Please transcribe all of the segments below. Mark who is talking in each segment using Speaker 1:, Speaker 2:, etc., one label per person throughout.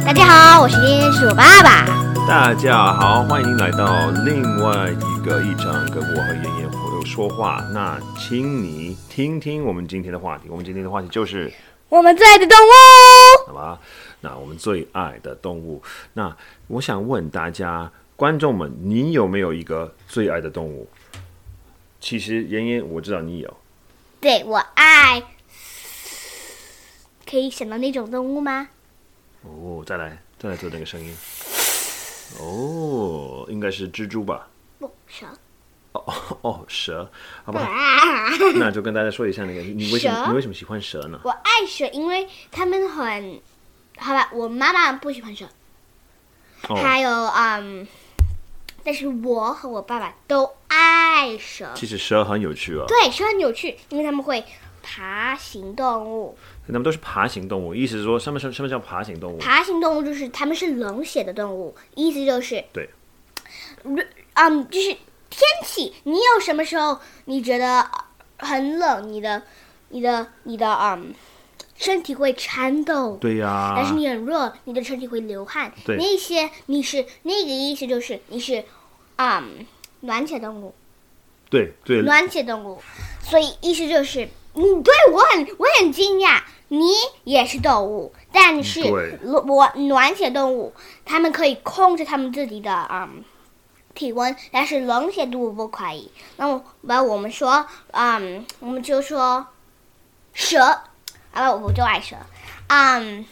Speaker 1: 我是鼠爸爸。
Speaker 2: 大家好，欢迎来到另外一个一章，跟我和妍妍朋友说话。那请你听听我们今天的话题。我们今天的话题就是
Speaker 1: 我们最爱的动物，
Speaker 2: 什么？那我们最爱的动物。那我想问大家，观众们，你有没有一个最爱的动物？其实妍妍，我知道你有。
Speaker 1: 对我爱。可以想到那种动物吗？
Speaker 2: 哦，再来，再来做那个声音。哦，应该是蜘蛛吧？
Speaker 1: 不，蛇。
Speaker 2: 哦哦哦，蛇，好吧，那就跟大家说一下那个，你为什么
Speaker 1: 蛇
Speaker 2: 你为什么喜欢蛇呢？
Speaker 1: 我爱蛇，因为它们很……好吧，我妈妈不喜欢蛇，
Speaker 2: 哦，
Speaker 1: 还有嗯，但是我和我爸爸都爱蛇。
Speaker 2: 其实蛇很有趣哦，
Speaker 1: 对，蛇很有趣，因为它们会爬行动物。
Speaker 2: 它们都是爬行动物，意思是说什么什么什么叫爬行动物？
Speaker 1: 爬行动物就是它们是冷血的动物，意思就是
Speaker 2: 对，
Speaker 1: 嗯，就是天气，你有什么时候你觉得呃很冷，你的、你的、你的，嗯，身体会颤抖。
Speaker 2: 对呀、
Speaker 1: 但是你很热，你的身体会流汗。
Speaker 2: 对
Speaker 1: 那些你是那个意思就是你是，嗯，暖血动物，
Speaker 2: 对对
Speaker 1: 暖血动物，所以意思就是，嗯，对我很我很惊讶，你也是动物，但是
Speaker 2: 对
Speaker 1: 我我暖血动物，它们可以控制它们自己的嗯体温，但是冷血动物不可以。那么把我们说，嗯，我们就说蛇，啊，我就爱蛇，嗯。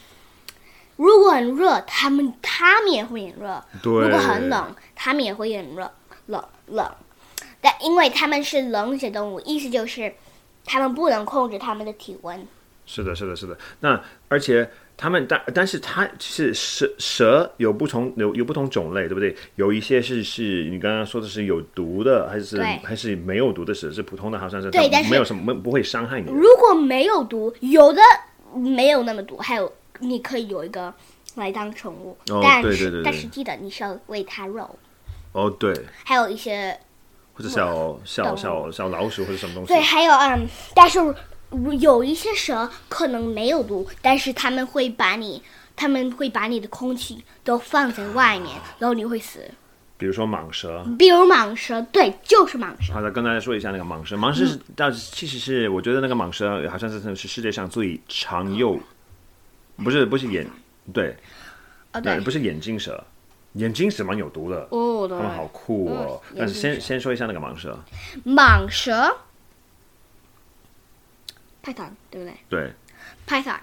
Speaker 1: 如果很热，它们它们也会很热；
Speaker 2: 对
Speaker 1: 如果很冷，它们也会很热，冷冷。但因为它们是冷血动物，意思就是它们不能控制它们的体温。
Speaker 2: 是的，是的，是的。那而且它们，但但是它是蛇蛇有不同有有不同种类，对不对？有一些是是你刚刚说的是有毒的，还是
Speaker 1: 对
Speaker 2: 还是没有毒的蛇？是普通的，好像是
Speaker 1: 对
Speaker 2: 它
Speaker 1: 但是
Speaker 2: 没有什么不会伤害你的。
Speaker 1: 如果没有毒，有的没有那么毒，还有你可以有一个来当宠物，
Speaker 2: 哦
Speaker 1: 但是
Speaker 2: 对对对对
Speaker 1: 但是记得你是要喂它肉，
Speaker 2: 哦，对，
Speaker 1: 还有一些
Speaker 2: 或者小小
Speaker 1: 动物
Speaker 2: 小小老鼠或者什么东西。
Speaker 1: 对，还有嗯，但是如有一些蛇可能没有毒，但是它们会把你。他们会把你的空气都放在外面，然后你会死。
Speaker 2: 比如说蟒蛇，
Speaker 1: 比如蟒蛇，对，就是蟒蛇。
Speaker 2: 好的，跟大家说一下那个蟒蛇。蟒
Speaker 1: 嗯
Speaker 2: 蛇是，但其实是我觉得那个蟒蛇好像是是世界上最长又，不是不是眼，对
Speaker 1: 哦，
Speaker 2: 对，
Speaker 1: 对，
Speaker 2: 不是眼镜蛇，眼镜蛇蛮有毒的，
Speaker 1: 哦，
Speaker 2: 它们好酷哦。
Speaker 1: 嗯
Speaker 2: 但是
Speaker 1: 眼
Speaker 2: 先
Speaker 1: 镜蛇
Speaker 2: 先说一下那个蟒蛇，
Speaker 1: 蟒蛇，python 对不对
Speaker 2: 对，
Speaker 1: ？python，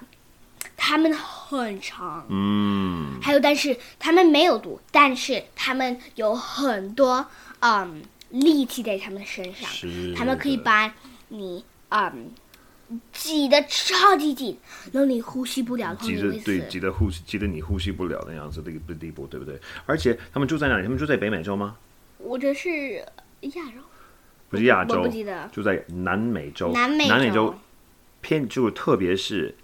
Speaker 1: 它们很长，
Speaker 2: 嗯，
Speaker 1: 还有但是它们没有毒，但是它们有很多嗯力气在它们身上，
Speaker 2: 是
Speaker 1: 它们可以
Speaker 2: 的
Speaker 1: 把你嗯挤得超级紧，然后你呼吸不了，然后
Speaker 2: 急
Speaker 1: 你
Speaker 2: 着
Speaker 1: 会
Speaker 2: 对
Speaker 1: 死。
Speaker 2: 急得呼吸急得你呼吸不了那样子的一个地步，对不对？而且它们住在哪里？它们住在北美洲吗？
Speaker 1: 我这是亚洲，
Speaker 2: 不是亚
Speaker 1: 我
Speaker 2: 洲
Speaker 1: 不，记得
Speaker 2: 住在南美洲。
Speaker 1: 南美
Speaker 2: 洲偏就特别是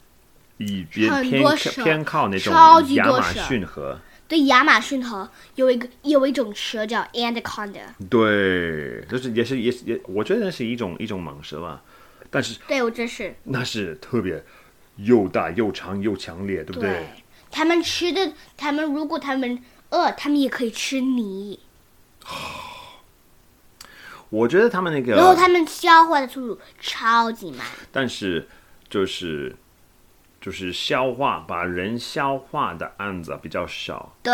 Speaker 2: 以偏
Speaker 1: 很
Speaker 2: 偏
Speaker 1: 多蛇
Speaker 2: 偏靠那种
Speaker 1: 超级
Speaker 2: 亚
Speaker 1: 多
Speaker 2: 马
Speaker 1: 蛇
Speaker 2: 逊河，
Speaker 1: 对亚马逊河有一个有一种蛇叫 anaconda。
Speaker 2: 对，就是也是也是也，我觉得那是一种一种蟒蛇吧，但是
Speaker 1: 对，我真是
Speaker 2: 那是特别又大又长又强烈，对不对？
Speaker 1: 他们吃的，他们如果他们饿，他们也可以吃泥，
Speaker 2: 我觉得他们那
Speaker 1: 然后
Speaker 2: 个，
Speaker 1: 他们消化的速度超级慢。
Speaker 2: 但是就是就是消化把人消化的案子比较少，
Speaker 1: 对，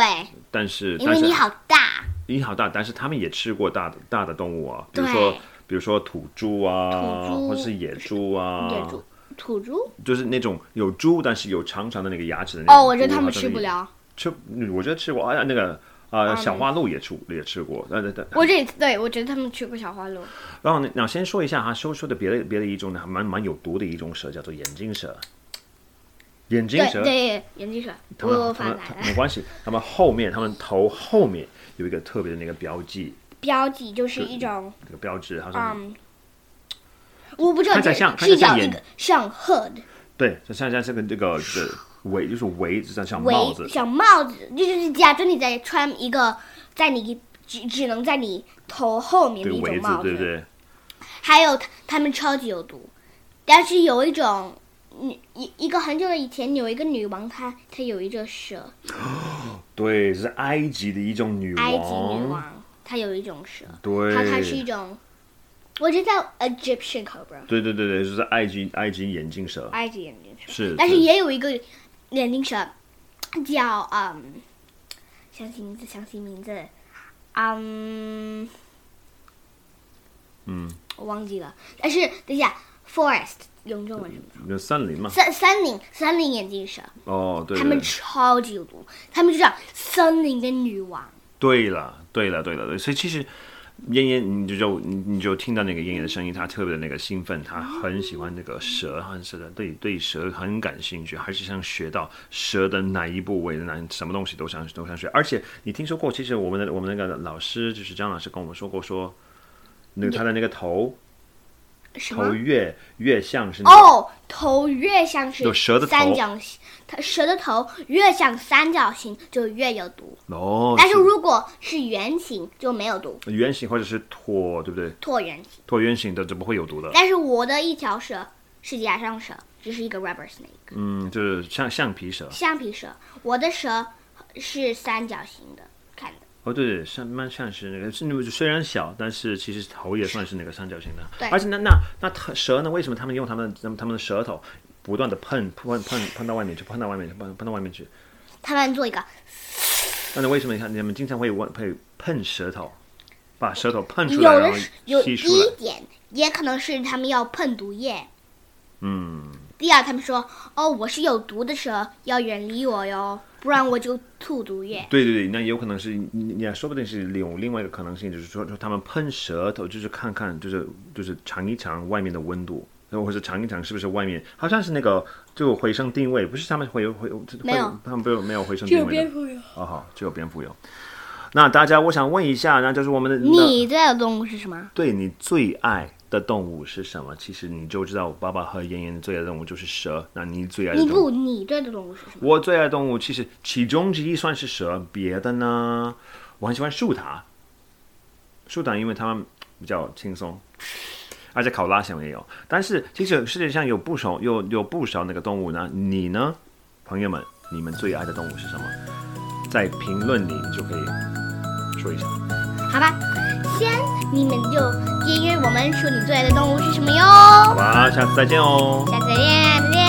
Speaker 2: 但是
Speaker 1: 因
Speaker 2: 但
Speaker 1: 为
Speaker 2: 是
Speaker 1: 你好大，
Speaker 2: 你好大，但是他们也吃过大的大的动物啊，比如
Speaker 1: 对
Speaker 2: 说比如说土猪啊，
Speaker 1: 土猪
Speaker 2: 或者是野猪啊，
Speaker 1: 野猪、土猪。
Speaker 2: 就是那种有猪但是有长长的那个牙齿的那种
Speaker 1: 哦，
Speaker 2: 猪
Speaker 1: 我觉得他们
Speaker 2: 好像
Speaker 1: 吃不
Speaker 2: 也
Speaker 1: 了。嗯
Speaker 2: 吃，我觉得吃过，哎呀那个。呃，小花鹿也吃也吃过，呃对对。
Speaker 1: 我这对我觉得他们吃过小花鹿。
Speaker 2: 然后呢，那先说一下哈，说说的别的别的一种呢，还蛮蛮有毒的一种蛇，叫做眼镜蛇。眼镜
Speaker 1: 对
Speaker 2: 蛇，
Speaker 1: 对，眼镜蛇，
Speaker 2: 它
Speaker 1: 我
Speaker 2: 们
Speaker 1: 我
Speaker 2: 它
Speaker 1: 发
Speaker 2: 们
Speaker 1: 来
Speaker 2: 它
Speaker 1: 了。
Speaker 2: 没关系，它们后面它们头后面有一个特别的那个标记，
Speaker 1: 标记就是一种，
Speaker 2: 那个标志好像
Speaker 1: 嗯，我不知道
Speaker 2: 看起
Speaker 1: 这
Speaker 2: 来像看起
Speaker 1: 是
Speaker 2: 来像
Speaker 1: 叫一
Speaker 2: 眼
Speaker 1: 个像 hood
Speaker 2: 对，就像像这个这个这围，就是围，就像像帽子
Speaker 1: 围，小帽子，这就是假装你在穿一个在你只只能在你头后面
Speaker 2: 对
Speaker 1: 的一种
Speaker 2: 围子
Speaker 1: 帽，子。
Speaker 2: 对不对？
Speaker 1: 还有它它们超级有毒，但是有一种女一一个很久以前有一个女王，她她有一只蛇，
Speaker 2: 对，是埃及的一种女王，
Speaker 1: 埃及女王，她有一种蛇，
Speaker 2: 对，
Speaker 1: 它它是一种，我知道 Egyptian cobra，
Speaker 2: 对对对对，就是埃及埃及眼镜蛇，
Speaker 1: 埃及眼镜蛇，
Speaker 2: 是，
Speaker 1: 但是也有一个眼镜蛇叫嗯，想起名字，想起名字，嗯，
Speaker 2: 嗯，
Speaker 1: 我忘记了，但是等一下，forest 用中文什么？
Speaker 2: 就森林嘛，
Speaker 1: 森森林森林眼镜蛇，
Speaker 2: 哦，对
Speaker 1: 他
Speaker 2: 对
Speaker 1: 们
Speaker 2: 对，
Speaker 1: 超级毒，他们就叫森林的女王。
Speaker 2: 对了，对了，对了，对，所以其实燕燕，你就就你你就听到那个燕燕的声音，她特别的那个兴奋，她很喜欢那个蛇，很是的，对对蛇很感兴趣，还是想学到蛇的哪一部位，哪什么东西都想都想学。而且你听说过，其实我们的我们那个老师就是张老师跟我们说过说。那个
Speaker 1: 嗯
Speaker 2: 他的那个头
Speaker 1: 什
Speaker 2: 头
Speaker 1: 么？
Speaker 2: 越越像是那
Speaker 1: 嗯
Speaker 2: 个
Speaker 1: 哦，头越像是
Speaker 2: 有蛇的头
Speaker 1: 三角形，它蛇的头越像三角形就越有毒，
Speaker 2: 哦，
Speaker 1: 但是如果是圆形就没有毒，
Speaker 2: 圆形或者是椭，对不对？
Speaker 1: 椭圆形。
Speaker 2: 椭圆形的怎么会有毒的？
Speaker 1: 但是我的一条蛇是牙上蛇，只是一个 rubber snake
Speaker 2: 嗯，就是像橡皮蛇。
Speaker 1: 橡皮蛇，我的蛇是三角形的，看的。
Speaker 2: 哦，对对，像蛮像是那个，是那么虽然小，但是其实头也算是那个三角形的。
Speaker 1: 对
Speaker 2: 而且那那那它蛇呢？为什么他们用他们他们他们的舌头不断的碰碰碰碰到外面去，碰到外面去，碰碰到外面去？
Speaker 1: 他们做一个，
Speaker 2: 但是为什么你看你们经常会问会碰舌头，把舌头碰出来，
Speaker 1: 有
Speaker 2: 然
Speaker 1: 的
Speaker 2: 后
Speaker 1: 是有第
Speaker 2: 吸出来
Speaker 1: 一？点也可能是他们要喷毒液。
Speaker 2: 嗯，
Speaker 1: 第二，他们说哦，我是有毒的蛇，要远离我哟，不然我就吐毒液。
Speaker 2: 对对对，那有可能是你，也说不定是有另外一个可能性，就是说，说他们喷舌头，就是看看，就是就是尝一尝外面的温度，或者尝一尝是不是外面，好像是那个就回声定位，不是他们会有会有
Speaker 1: 没有，
Speaker 2: 他们没有没有回声定位的，
Speaker 1: 蝠有。
Speaker 2: 哦好，只有蝙蝠有。那大家，我想问一下，那就是我们的
Speaker 1: 你的动物是什么？
Speaker 2: 对你最爱的动物是什么？其实你就知道，我爸爸和妍妍最爱的动物就是蛇。那你最爱的
Speaker 1: 你
Speaker 2: 动物？
Speaker 1: 不，你对的动物是什么？
Speaker 2: 我最爱动物其实其中之一算是蛇，别的呢，我很喜欢树獭。树獭因为它们比较轻松，而且考拉想也有。但是其实世界上有不少有有不少那个动物呢，你呢，朋友们，你们最爱的动物是什么？在评论里就可以说一下。
Speaker 1: 好吧，先你们就订阅我们，说你最爱的动物是什么
Speaker 2: 好
Speaker 1: 哟。
Speaker 2: 吧，下次再见哦。
Speaker 1: 下次再见，再见。